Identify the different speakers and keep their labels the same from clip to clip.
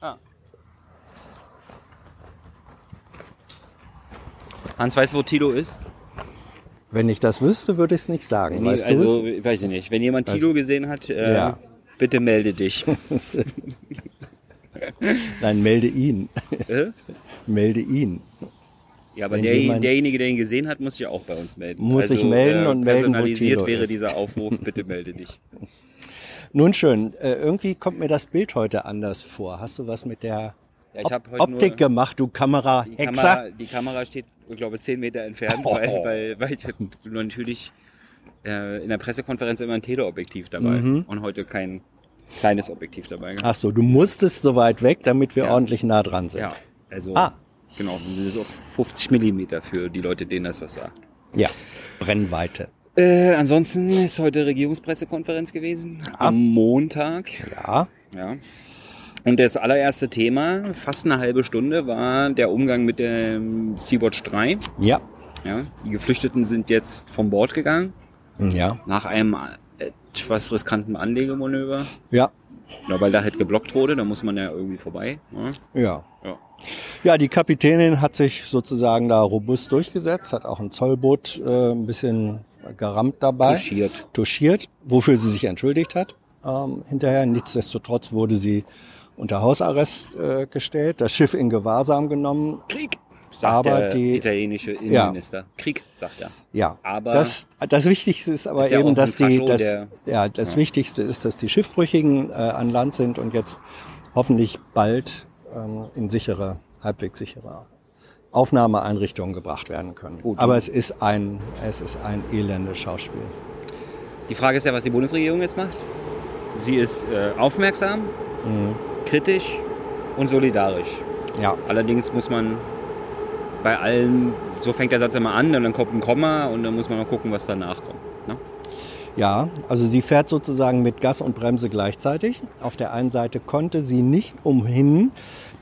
Speaker 1: Ah. Hans, weißt du, wo Tilo ist?
Speaker 2: Wenn ich das wüsste, würde ich es nicht sagen.
Speaker 1: Nee,
Speaker 2: weißt
Speaker 1: also,
Speaker 2: du
Speaker 1: weiß ich nicht. Wenn jemand Tilo gesehen hat, äh,
Speaker 2: Ja.
Speaker 1: bitte melde dich.
Speaker 2: Nein, melde ihn.
Speaker 1: Äh?
Speaker 2: melde ihn.
Speaker 1: ja, aber
Speaker 2: Wenn
Speaker 1: der,
Speaker 2: jemand-
Speaker 1: derjenige, der ihn gesehen hat, muss sich auch bei uns melden. Also, äh,
Speaker 2: Muss sich melden und melden, wo
Speaker 1: Personalisiert
Speaker 2: Tilo
Speaker 1: wäre
Speaker 2: ist.
Speaker 1: dieser Aufruf, bitte melde dich.
Speaker 2: Nun schön, äh, irgendwie kommt mir das Bild heute anders vor. Hast du was mit der
Speaker 1: Ja, ich
Speaker 2: Op
Speaker 1: hab heute
Speaker 2: Optik
Speaker 1: nur-
Speaker 2: gemacht, du
Speaker 1: Die
Speaker 2: Kamera-Hexer?
Speaker 1: Kamera, die Kamera steht, ich glaube, zehn Meter entfernt, weil,
Speaker 2: Oh.
Speaker 1: weil, weil ich hab natürlich äh, in der Pressekonferenz immer ein Teleobjektiv dabei
Speaker 2: Mhm.
Speaker 1: und heute kein kleines Objektiv dabei. gehabt.
Speaker 2: Ach so, du musstest so weit weg, damit wir
Speaker 1: Ja.
Speaker 2: ordentlich nah dran sind.
Speaker 1: Ja, also
Speaker 2: Ah.
Speaker 1: genau, so 50 Millimeter für die Leute, denen das was sagt.
Speaker 2: ja. Brennweite.
Speaker 1: Äh, ansonsten ist heute Regierungspressekonferenz gewesen, am Montag.
Speaker 2: Ja.
Speaker 1: Ja. Und das allererste Thema, fast eine halbe Stunde, war der Umgang mit dem Sea-Watch 3.
Speaker 2: Ja.
Speaker 1: Ja, die Geflüchteten sind jetzt vom Bord gegangen,
Speaker 2: Ja.
Speaker 1: nach einem etwas riskanten Anlegemanöver.
Speaker 2: Ja.
Speaker 1: Ja, weil da halt geblockt wurde, da muss man ja irgendwie vorbei. ne? Ja.
Speaker 2: Ja.
Speaker 1: Ja.
Speaker 2: Ja, die Kapitänin hat sich sozusagen da robust durchgesetzt, hat auch ein Zollboot äh, ein bisschen gerammt dabei.
Speaker 1: Touchiert.
Speaker 2: touchiert, wofür sie sich entschuldigt hat. Ähm, hinterher nichtsdestotrotz wurde sie unter Hausarrest äh, gestellt, das Schiff in Gewahrsam genommen.
Speaker 1: Krieg, sagt
Speaker 2: Aber
Speaker 1: der
Speaker 2: die-
Speaker 1: italienische Innenminister. Krieg, sagt er.
Speaker 2: Ja,
Speaker 1: Aber-
Speaker 2: das, das Wichtigste ist aber
Speaker 1: Ist ja
Speaker 2: eben,
Speaker 1: auch ein
Speaker 2: dass die,
Speaker 1: Facho,
Speaker 2: dass,
Speaker 1: der-
Speaker 2: ja, das Wichtigste ist, dass die Schiffbrüchigen äh, an Land sind und jetzt hoffentlich bald ähm, in sichere, halbwegs sichere Aufnahmeeinrichtungen gebracht werden können.
Speaker 1: Gut.
Speaker 2: Aber es ist ein, es ist ein elendes Schauspiel.
Speaker 1: Die Frage ist ja, was die Bundesregierung jetzt macht. Sie ist äh, aufmerksam,
Speaker 2: Mhm.
Speaker 1: kritisch und solidarisch.
Speaker 2: Ja,
Speaker 1: Allerdings muss man bei allen, so fängt der Satz immer an und dann kommt ein Komma und dann muss man noch gucken, was danach kommt. Ne?
Speaker 2: Ja, also sie fährt sozusagen mit Gas und Bremse gleichzeitig. Auf der einen Seite konnte sie nicht umhin,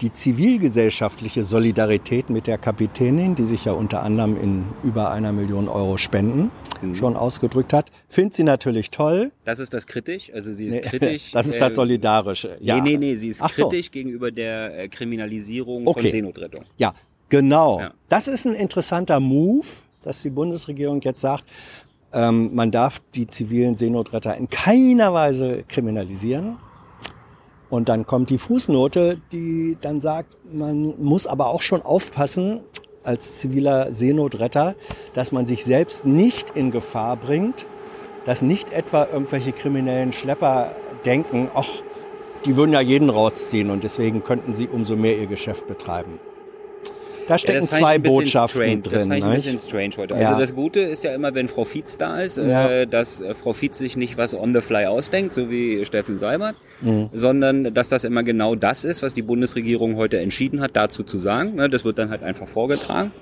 Speaker 2: die zivilgesellschaftliche Solidarität mit der Kapitänin, die sich ja unter anderem in über einer Million Euro Spenden
Speaker 1: Mhm.
Speaker 2: schon ausgedrückt hat, findet sie natürlich toll.
Speaker 1: Das ist das kritisch, also sie ist
Speaker 2: Nee,
Speaker 1: kritisch. äh,
Speaker 2: das ist das Solidarische. Ja.
Speaker 1: Nee, nee, nee, sie ist
Speaker 2: Ach so.
Speaker 1: kritisch gegenüber der äh, Kriminalisierung
Speaker 2: Okay.
Speaker 1: von Seenotrettung.
Speaker 2: Ja, genau.
Speaker 1: Ja.
Speaker 2: Das ist ein interessanter Move, dass die Bundesregierung jetzt sagt, ähm, man darf die zivilen Seenotretter in keiner Weise kriminalisieren. Und dann kommt die Fußnote, die dann sagt, man muss aber auch schon aufpassen als ziviler Seenotretter, dass man sich selbst nicht in Gefahr bringt, dass nicht etwa irgendwelche kriminellen Schlepper denken, ach, die würden ja jeden rausziehen und deswegen könnten sie umso mehr ihr Geschäft betreiben. Da
Speaker 1: Ja,
Speaker 2: stecken
Speaker 1: das fand ich
Speaker 2: zwei
Speaker 1: ein bisschen
Speaker 2: Botschaften
Speaker 1: strange.
Speaker 2: drin.
Speaker 1: Das fand ich ein
Speaker 2: ne?
Speaker 1: bisschen strange heute.
Speaker 2: Ja.
Speaker 1: Also das Gute ist ja immer, wenn Frau Fietz da ist,
Speaker 2: Ja.
Speaker 1: äh, dass äh, Frau Fietz sich nicht was on the fly ausdenkt, so wie Steffen Seibert,
Speaker 2: Mhm.
Speaker 1: sondern dass das immer genau das ist, was die Bundesregierung heute entschieden hat, dazu zu sagen. Ne, Das wird dann halt einfach vorgetragen.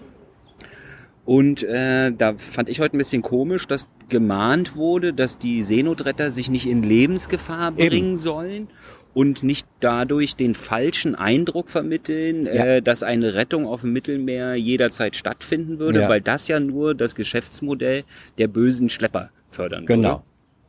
Speaker 1: Und äh, da fand ich heute ein bisschen komisch, dass gemahnt wurde, dass die Seenotretter sich nicht in Lebensgefahr
Speaker 2: Eben.
Speaker 1: bringen sollen und nicht dadurch den falschen Eindruck vermitteln, äh, dass eine Rettung auf dem Mittelmeer jederzeit stattfinden würde,
Speaker 2: Ja.
Speaker 1: weil das ja nur das Geschäftsmodell der bösen Schlepper fördern
Speaker 2: Genau.
Speaker 1: würde.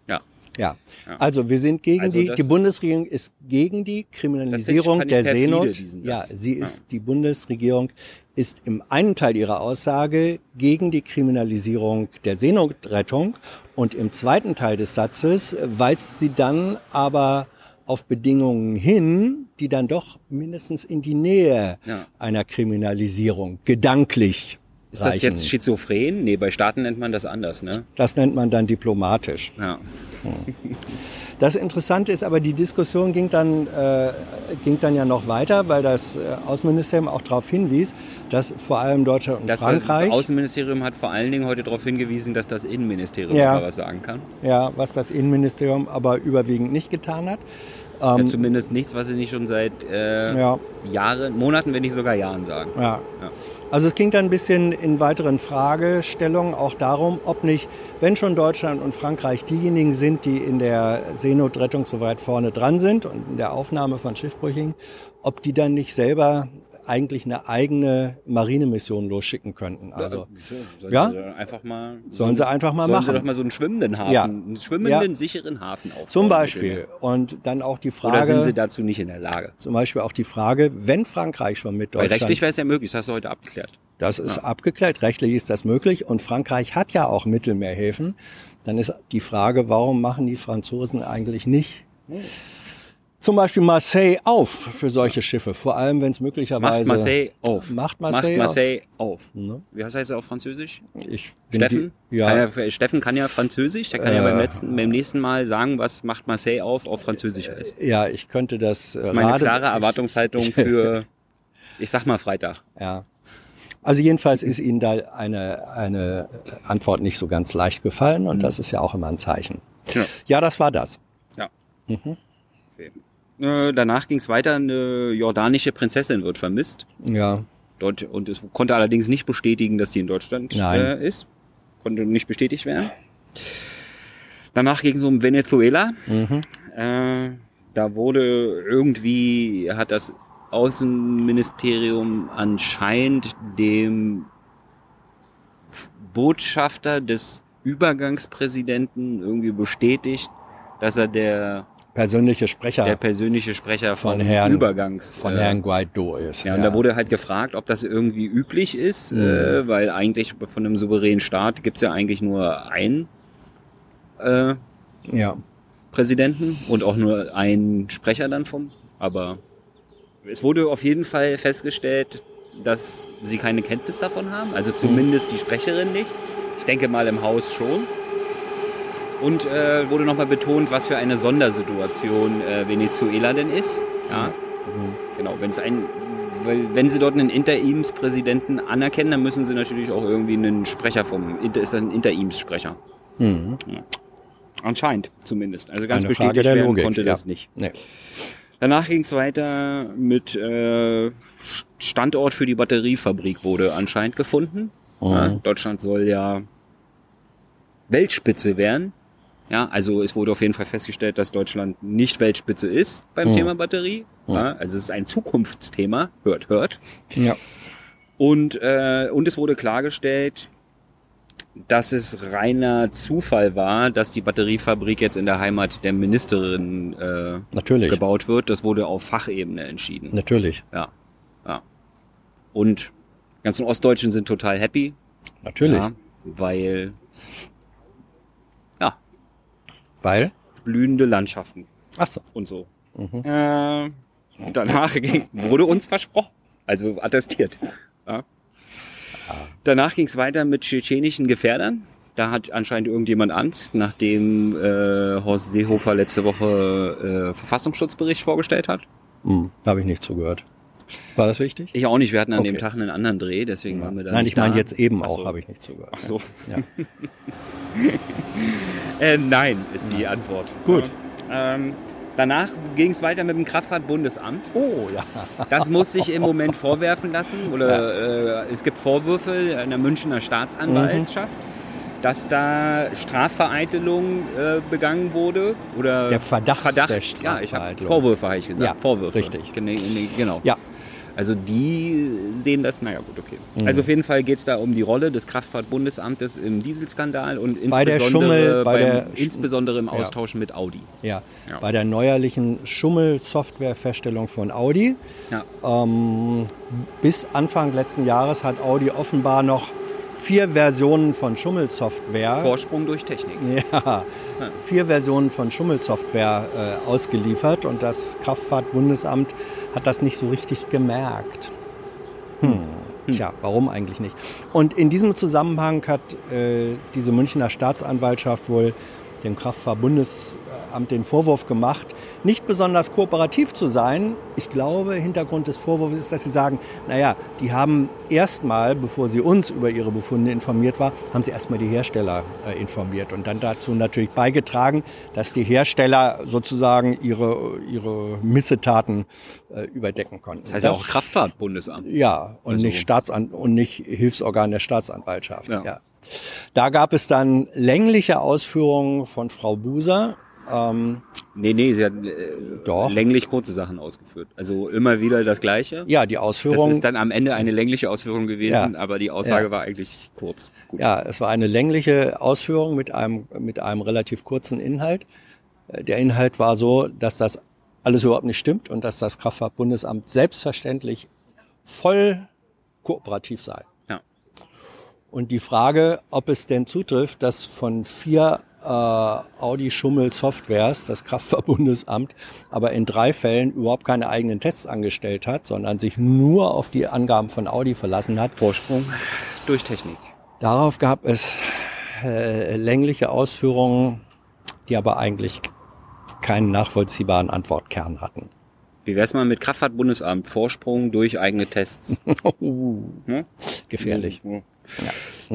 Speaker 1: Ja.
Speaker 2: Ja.
Speaker 1: Ja.
Speaker 2: also wir sind gegen
Speaker 1: Also
Speaker 2: die,
Speaker 1: das-
Speaker 2: die Bundesregierung ist gegen die Kriminalisierung
Speaker 1: fand ich
Speaker 2: der
Speaker 1: perfide,
Speaker 2: Seenot.
Speaker 1: diesen
Speaker 2: Ja,
Speaker 1: Satz.
Speaker 2: sie
Speaker 1: Ja.
Speaker 2: ist, die Bundesregierung ist im einen Teil ihrer Aussage gegen die Kriminalisierung der Seenotrettung und im zweiten Teil des Satzes weist sie dann aber auf Bedingungen hin, die dann doch mindestens in die Nähe
Speaker 1: Ja.
Speaker 2: einer Kriminalisierung gedanklich
Speaker 1: Ist
Speaker 2: reichen.
Speaker 1: das jetzt schizophren? Nee, bei Staaten nennt man das anders, ne?
Speaker 2: das nennt man dann diplomatisch.
Speaker 1: Ja.
Speaker 2: Das Interessante ist aber, die Diskussion ging dann, äh, ging dann ja noch weiter, weil das äh, Außenministerium auch darauf hinwies, dass vor allem Deutschland und
Speaker 1: Das äh,
Speaker 2: Frankreich,
Speaker 1: Außenministerium hat vor allen Dingen heute darauf hingewiesen, dass das Innenministerium
Speaker 2: Ja.
Speaker 1: sogar was sagen kann.
Speaker 2: ja, was das Innenministerium aber überwiegend nicht getan hat.
Speaker 1: ja, zumindest nichts, was sie nicht schon seit äh,
Speaker 2: Ähm. Ja.
Speaker 1: Jahren, Monaten, wenn nicht sogar Jahren sagen.
Speaker 2: Ja.
Speaker 1: Ja.
Speaker 2: Also es ging dann ein bisschen in weiteren Fragestellungen auch darum, ob nicht, wenn schon Deutschland und Frankreich diejenigen sind, die in der Seenotrettung so weit vorne dran sind und in der Aufnahme von Schiffbrüchigen, ob die dann nicht selber eigentlich eine eigene Marinemission losschicken könnten.
Speaker 1: äh,
Speaker 2: Also
Speaker 1: sollen
Speaker 2: ja?
Speaker 1: sie einfach mal,
Speaker 2: Sollen sie einfach mal
Speaker 1: sollen
Speaker 2: machen.
Speaker 1: Sie doch mal so einen schwimmenden Hafen,
Speaker 2: Ja.
Speaker 1: einen schwimmenden,
Speaker 2: Ja.
Speaker 1: sicheren Hafen aufbauen.
Speaker 2: zum Beispiel. Und dann auch die
Speaker 1: Oder sind sie
Speaker 2: Frage,
Speaker 1: dazu nicht in der Lage?
Speaker 2: zum Beispiel auch die Frage, wenn Frankreich schon mit
Speaker 1: Weil
Speaker 2: Deutschland
Speaker 1: rechtlich wäre es ja möglich, das hast du heute abgeklärt.
Speaker 2: Das ist
Speaker 1: Ja.
Speaker 2: abgeklärt, rechtlich ist das möglich und Frankreich hat ja auch Mittelmeerhäfen. Dann ist die Frage, warum machen die Franzosen eigentlich nicht zum Beispiel Marseille auf für solche Schiffe, vor allem wenn es
Speaker 1: Macht
Speaker 2: möglicherweise...
Speaker 1: Marseille auf.
Speaker 2: Macht
Speaker 1: Macht
Speaker 2: Marseille,
Speaker 1: Marseille auf.
Speaker 2: auf. Ne?
Speaker 1: Wie heißt das auf Französisch?
Speaker 2: Ich bin
Speaker 1: Steffen?
Speaker 2: Die,
Speaker 1: Kann
Speaker 2: ja,
Speaker 1: ja, Steffen kann ja Französisch, der kann ja
Speaker 2: Äh.
Speaker 1: beim, letzten, beim nächsten Mal sagen, was macht Marseille auf auf Französisch heißt.
Speaker 2: ja, ich könnte das... äh,
Speaker 1: Das ist meine klare Erwartungshaltung für, ich sag mal Freitag.
Speaker 2: Ja. Also jedenfalls ist Ihnen da eine, eine Antwort nicht so ganz leicht gefallen
Speaker 1: Mhm.
Speaker 2: und das ist ja auch immer ein Zeichen.
Speaker 1: Ja.
Speaker 2: Ja, das war das.
Speaker 1: Äh, danach ging es weiter, eine jordanische Prinzessin wird vermisst.
Speaker 2: Ja,
Speaker 1: Dort, und es konnte allerdings nicht bestätigen, dass sie in Deutschland
Speaker 2: Nein.
Speaker 1: äh, ist. Konnte nicht bestätigt werden. Danach ging es um Venezuela.
Speaker 2: mhm.
Speaker 1: Äh, da wurde irgendwie, hat das Außenministerium anscheinend dem Botschafter des Übergangspräsidenten irgendwie bestätigt, dass er der,
Speaker 2: persönliche Sprecher.
Speaker 1: der persönliche Sprecher
Speaker 2: Von
Speaker 1: von,
Speaker 2: Herrn-
Speaker 1: Übergangs
Speaker 2: von
Speaker 1: äh,
Speaker 2: Herrn Guaido ist.
Speaker 1: Ja, und da wurde halt gefragt, ob das irgendwie üblich ist,
Speaker 2: Mhm.
Speaker 1: äh, weil eigentlich von einem souveränen Staat gibt's ja eigentlich nur einen äh,
Speaker 2: ja.
Speaker 1: Präsidenten und auch nur einen Sprecher dann vom. Aber es wurde auf jeden Fall festgestellt, dass sie keine Kenntnis davon haben, also zumindest die Sprecherin nicht. Ich denke mal im Haus schon. Und äh, wurde nochmal betont, was für eine Sondersituation äh, Venezuela denn ist. Ja,
Speaker 2: Mhm.
Speaker 1: Genau, wenn es ein, weil wenn sie dort einen Interimspräsidenten anerkennen, dann müssen sie natürlich auch irgendwie einen Sprecher vom, Inter- ist das ein Interimssprecher.
Speaker 2: Mhm.
Speaker 1: Anscheinend zumindest. Also ganz
Speaker 2: Eine Frage
Speaker 1: bestätigt
Speaker 2: der
Speaker 1: werden
Speaker 2: Logik,
Speaker 1: konnte
Speaker 2: ja.
Speaker 1: das nicht.
Speaker 2: Nee.
Speaker 1: Danach ging es weiter mit äh, Standort für die Batteriefabrik wurde anscheinend gefunden. Ja,
Speaker 2: Mhm.
Speaker 1: Deutschland soll ja Weltspitze werden. Ja, also es wurde auf jeden Fall festgestellt, dass Deutschland nicht Weltspitze ist beim
Speaker 2: Mhm.
Speaker 1: Thema Batterie. Ja, also es ist ein Zukunftsthema. Hört, hört.
Speaker 2: Ja.
Speaker 1: Und, äh, und es wurde klargestellt, dass es reiner Zufall war, dass die Batteriefabrik jetzt in der Heimat der Ministerin äh,
Speaker 2: Natürlich.
Speaker 1: gebaut wird. Das wurde auf Fachebene entschieden.
Speaker 2: Natürlich.
Speaker 1: Ja. ja. Und die ganzen Ostdeutschen sind total happy,
Speaker 2: Natürlich.
Speaker 1: Ja, weil
Speaker 2: Weil?
Speaker 1: blühende Landschaften
Speaker 2: Ach so.
Speaker 1: und so.
Speaker 2: Mhm.
Speaker 1: Äh, danach ging, wurde uns versprochen, also attestiert. Ja. Danach ging es weiter mit tschetschenischen Gefährdern. Da hat anscheinend irgendjemand Angst, nachdem äh, Horst Seehofer letzte Woche äh, Verfassungsschutzbericht vorgestellt hat.
Speaker 2: Mhm. Da habe ich nicht zugehört. War das wichtig?
Speaker 1: Ich auch nicht, wir hatten an
Speaker 2: Okay.
Speaker 1: dem Tag einen anderen Dreh, deswegen waren wir da
Speaker 2: Nein,
Speaker 1: nicht
Speaker 2: ich meine
Speaker 1: da.
Speaker 2: jetzt eben
Speaker 1: Ach
Speaker 2: auch,
Speaker 1: so.
Speaker 2: habe ich nicht zugehört.
Speaker 1: Ach so.
Speaker 2: Ja.
Speaker 1: äh, nein, ist die Antwort.
Speaker 2: Gut.
Speaker 1: Ja. Ähm, danach ging es weiter mit dem Kraftfahrtbundesamt.
Speaker 2: Oh, ja.
Speaker 1: Das muss sich im Moment vorwerfen lassen. Oder äh, es gibt Vorwürfe einer Münchner Staatsanwaltschaft,
Speaker 2: Mhm.
Speaker 1: dass da Strafvereitelung äh, begangen wurde. Oder
Speaker 2: Der Verdacht der
Speaker 1: ja, ich hab,
Speaker 2: Strafvereitelung.
Speaker 1: Vorwürfe habe ich gesagt.
Speaker 2: Ja,
Speaker 1: Vorwürfe.
Speaker 2: richtig.
Speaker 1: Gen- gen- Genau.
Speaker 2: Ja.
Speaker 1: Also die sehen das, naja gut, okay.
Speaker 2: Mhm.
Speaker 1: Also auf jeden Fall geht es da um die Rolle des Kraftfahrtbundesamtes im Dieselskandal und insbesondere,
Speaker 2: Bei der Schummel- bei
Speaker 1: beim,
Speaker 2: der Sch-
Speaker 1: insbesondere im
Speaker 2: Ja.
Speaker 1: Austausch mit Audi.
Speaker 2: Ja.
Speaker 1: Ja.
Speaker 2: Bei der neuerlichen Schummel-Software-Feststellung von Audi.
Speaker 1: Ja.
Speaker 2: Ähm, bis Anfang letzten Jahres hat Audi offenbar noch vier Versionen von Schummel-Software.
Speaker 1: Vorsprung durch Technik.
Speaker 2: Mhm. Ja, vier Versionen von Schummelsoftware äh, ausgeliefert und das Kraftfahrtbundesamt hat das nicht so richtig gemerkt. Hm. Tja, warum eigentlich nicht? Und in diesem Zusammenhang hat äh, diese Münchner Staatsanwaltschaft wohl dem Kraftfahrtbundesamt den Vorwurf gemacht, nicht besonders kooperativ zu sein. Ich glaube, Hintergrund des Vorwurfs ist, dass sie sagen, naja, die haben erstmal, bevor sie uns über ihre Befunde informiert war, haben sie erstmal die Hersteller äh, informiert und dann dazu natürlich beigetragen, dass die Hersteller sozusagen ihre, ihre Missetaten äh, überdecken konnten.
Speaker 1: Das heißt ja auch Kraftfahrtbundesamt.
Speaker 2: Ja, und
Speaker 1: Also-
Speaker 2: nicht Staatsan und nicht Hilfsorgan der Staatsanwaltschaft.
Speaker 1: Ja.
Speaker 2: Ja. Da gab es dann längliche Ausführungen von Frau Buser. Ähm,
Speaker 1: Nee, nee, sie hat äh,
Speaker 2: Doch.
Speaker 1: länglich kurze Sachen ausgeführt. Also immer wieder das Gleiche.
Speaker 2: Ja, die
Speaker 1: Das
Speaker 2: Ausführung.
Speaker 1: ist dann am Ende eine längliche Ausführung gewesen,
Speaker 2: Ja.
Speaker 1: aber die Aussage
Speaker 2: Ja.
Speaker 1: war eigentlich kurz. Gut.
Speaker 2: Ja, es war eine längliche Ausführung mit einem, mit einem relativ kurzen Inhalt. Äh, Der Inhalt war so, dass das alles überhaupt nicht stimmt und dass das Kraftfahrtbundesamt selbstverständlich voll kooperativ sei.
Speaker 1: Ja.
Speaker 2: Und die Frage, ob es denn zutrifft, dass von vier äh, Audi-Schummel-Softwares das Kraftfahrtbundesamt aber in drei Fällen überhaupt keine eigenen Tests angestellt hat, sondern sich nur auf die Angaben von Audi verlassen hat. Vorsprung.
Speaker 1: Durch Technik.
Speaker 2: Darauf gab es äh, längliche Ausführungen, die aber eigentlich keinen nachvollziehbaren Antwortkern hatten.
Speaker 1: Wie wär's mal mit Kraftfahrtbundesamt? Vorsprung durch eigene Tests. Ne?
Speaker 2: Gefährlich.
Speaker 1: Ja.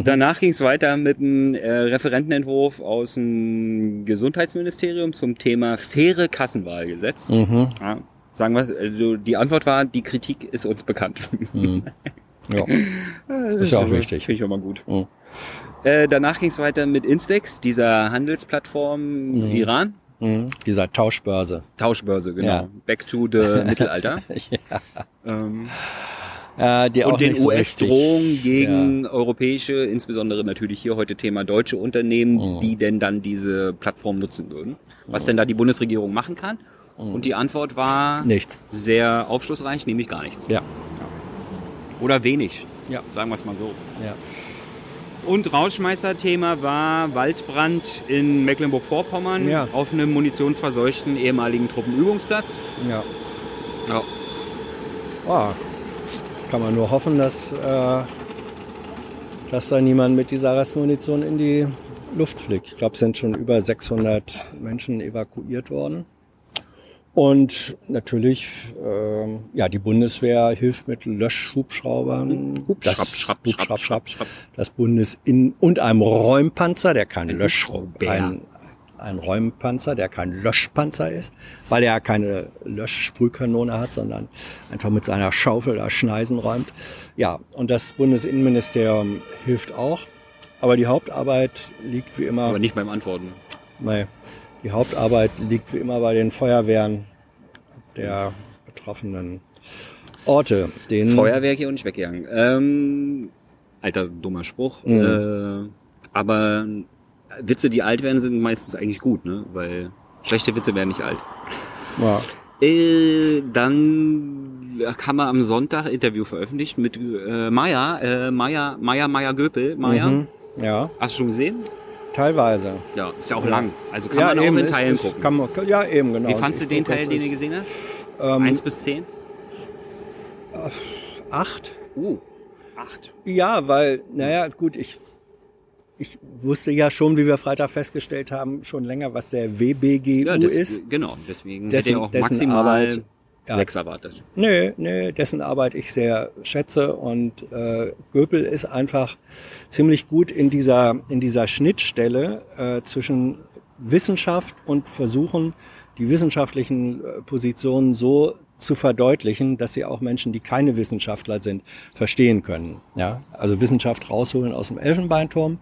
Speaker 1: Danach ging es weiter mit einem äh, Referentenentwurf aus dem Gesundheitsministerium zum Thema faire Kassenwahlgesetz.
Speaker 2: Mhm.
Speaker 1: Ja, sagen wir, also die Antwort war, die Kritik ist uns bekannt.
Speaker 2: Mhm. Ja.
Speaker 1: Das
Speaker 2: Ist ja auch
Speaker 1: aber-
Speaker 2: wichtig.
Speaker 1: Finde ich auch mal gut.
Speaker 2: Mhm.
Speaker 1: Äh, danach ging es weiter mit Instex, dieser Handelsplattform
Speaker 2: Mhm.
Speaker 1: Iran.
Speaker 2: Mhm. Dieser Tauschbörse.
Speaker 1: Tauschbörse, genau.
Speaker 2: Ja.
Speaker 1: Back to the Mittelalter. Ähm,
Speaker 2: Äh, die auch
Speaker 1: und den
Speaker 2: nicht so richtig-
Speaker 1: US-Drohungen gegen europäische, insbesondere natürlich hier heute Thema deutsche Unternehmen,
Speaker 2: Mhm.
Speaker 1: die denn dann diese Plattform nutzen würden. Was denn da die Bundesregierung machen kann?
Speaker 2: Mhm.
Speaker 1: Und die Antwort war
Speaker 2: Nichts.
Speaker 1: sehr aufschlussreich, nämlich gar nichts.
Speaker 2: Ja.
Speaker 1: Oder wenig.
Speaker 2: Ja.
Speaker 1: Sagen wir es mal so.
Speaker 2: ja.
Speaker 1: Und Rauschmeister-Thema war Waldbrand in Mecklenburg-Vorpommern
Speaker 2: Ja.
Speaker 1: auf einem munitionsverseuchten ehemaligen Truppenübungsplatz.
Speaker 2: ja.
Speaker 1: Ja.
Speaker 2: Ah, kann man nur hoffen, dass, äh, dass da niemand mit dieser Restmunition in die Luft fliegt. Ich glaube, es sind schon über 600 Menschen evakuiert worden. Und natürlich, ähm, ja, die Bundeswehr hilft mit Löschhubschraubern. Das-
Speaker 1: Schrapp, schrapp,
Speaker 2: Hub,
Speaker 1: schrapp, schrapp, schrapp.
Speaker 2: Das Bundesin und einem Räumpanzer, der kein
Speaker 1: Ein
Speaker 2: Lösch,
Speaker 1: Hubschrauber.
Speaker 2: ein, ein Räumpanzer, der kein Löschpanzer ist, weil er keine Löschsprühkanone hat, sondern einfach mit seiner Schaufel da Schneisen räumt. Ja, und das Bundesinnenministerium hilft auch. Aber die Hauptarbeit liegt wie immer,
Speaker 1: Aber nicht beim Antworten.
Speaker 2: nee, die Hauptarbeit liegt wie immer bei den Feuerwehren der betroffenen Orte. Den
Speaker 1: Feuerwerk hier und nicht weggegangen. Ähm, alter, dummer Spruch.
Speaker 2: Mhm.
Speaker 1: Äh, aber Witze, die alt werden, sind meistens eigentlich gut, ne? Weil schlechte Witze werden nicht alt.
Speaker 2: Ja.
Speaker 1: Äh, dann haben wir am Sonntag Interview veröffentlicht mit äh, Maya, äh, Maya, Maya, Maya Göpel. Maya,
Speaker 2: Mhm. ja,
Speaker 1: hast du schon gesehen?
Speaker 2: teilweise.
Speaker 1: Ja, ist ja auch
Speaker 2: Ja.
Speaker 1: lang. Also kann man auch in
Speaker 2: ist-
Speaker 1: Teilen
Speaker 2: ist-
Speaker 1: gucken.
Speaker 2: Kann man, ja, eben, genau.
Speaker 1: Wie fandst du
Speaker 2: Ich
Speaker 1: den
Speaker 2: guck,
Speaker 1: Teil,
Speaker 2: es
Speaker 1: den du
Speaker 2: ist,
Speaker 1: gesehen hast?
Speaker 2: ähm,
Speaker 1: Eins bis zehn?
Speaker 2: Acht?
Speaker 1: Uh, acht.
Speaker 2: Ja, weil, naja, gut, ich, ich wusste ja schon, wie wir Freitag festgestellt haben, schon länger, was der WBGU
Speaker 1: Ja, des,
Speaker 2: ist.
Speaker 1: genau. Deswegen hätte
Speaker 2: Dessen-
Speaker 1: er auch
Speaker 2: dessen
Speaker 1: maximal
Speaker 2: Arbeit- ja.
Speaker 1: sechs erwartet.
Speaker 2: Nö, nö, dessen Arbeit ich sehr schätze und äh, Göpel ist einfach ziemlich gut in dieser, in dieser Schnittstelle äh, zwischen Wissenschaft und Versuchen, die wissenschaftlichen äh, Positionen so zu verdeutlichen, dass sie auch Menschen, die keine Wissenschaftler sind, verstehen können. Ja, also Wissenschaft rausholen aus dem Elfenbeinturm.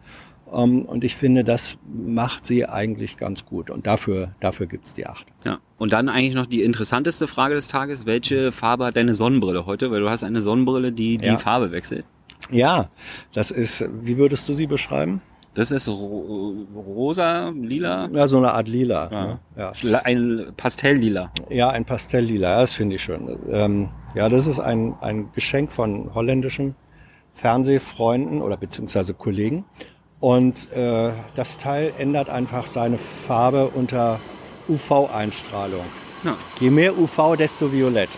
Speaker 2: Ähm, und ich finde, das macht sie eigentlich ganz gut. Und dafür, dafür gibt's die Acht.
Speaker 1: Ja. Und dann eigentlich noch die interessanteste Frage des Tages. Welche Farbe hat deine Sonnenbrille heute? Weil du hast eine Sonnenbrille, die die
Speaker 2: Ja.
Speaker 1: Farbe wechselt.
Speaker 2: Ja, das ist, wie würdest du sie beschreiben?
Speaker 1: Das ist ro rosa, lila,
Speaker 2: Ja, so eine Art Lila.
Speaker 1: Ja.
Speaker 2: Ne? Ja.
Speaker 1: schla- ein Pastelllila.
Speaker 2: ja, ein Pastelllila, das finde ich schön. Ähm, ja, das ist ein, ein Geschenk von holländischen Fernsehfreunden oder beziehungsweise Kollegen. Und äh, das Teil ändert einfach seine Farbe unter UV-Einstrahlung.
Speaker 1: Ja.
Speaker 2: Je mehr UV, desto violett.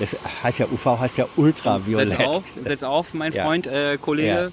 Speaker 2: Das heißt ja, UV heißt ja ultraviolett.
Speaker 1: Setz auf, setz auf, mein
Speaker 2: Ah, Ja.
Speaker 1: Freund, äh, Kollege.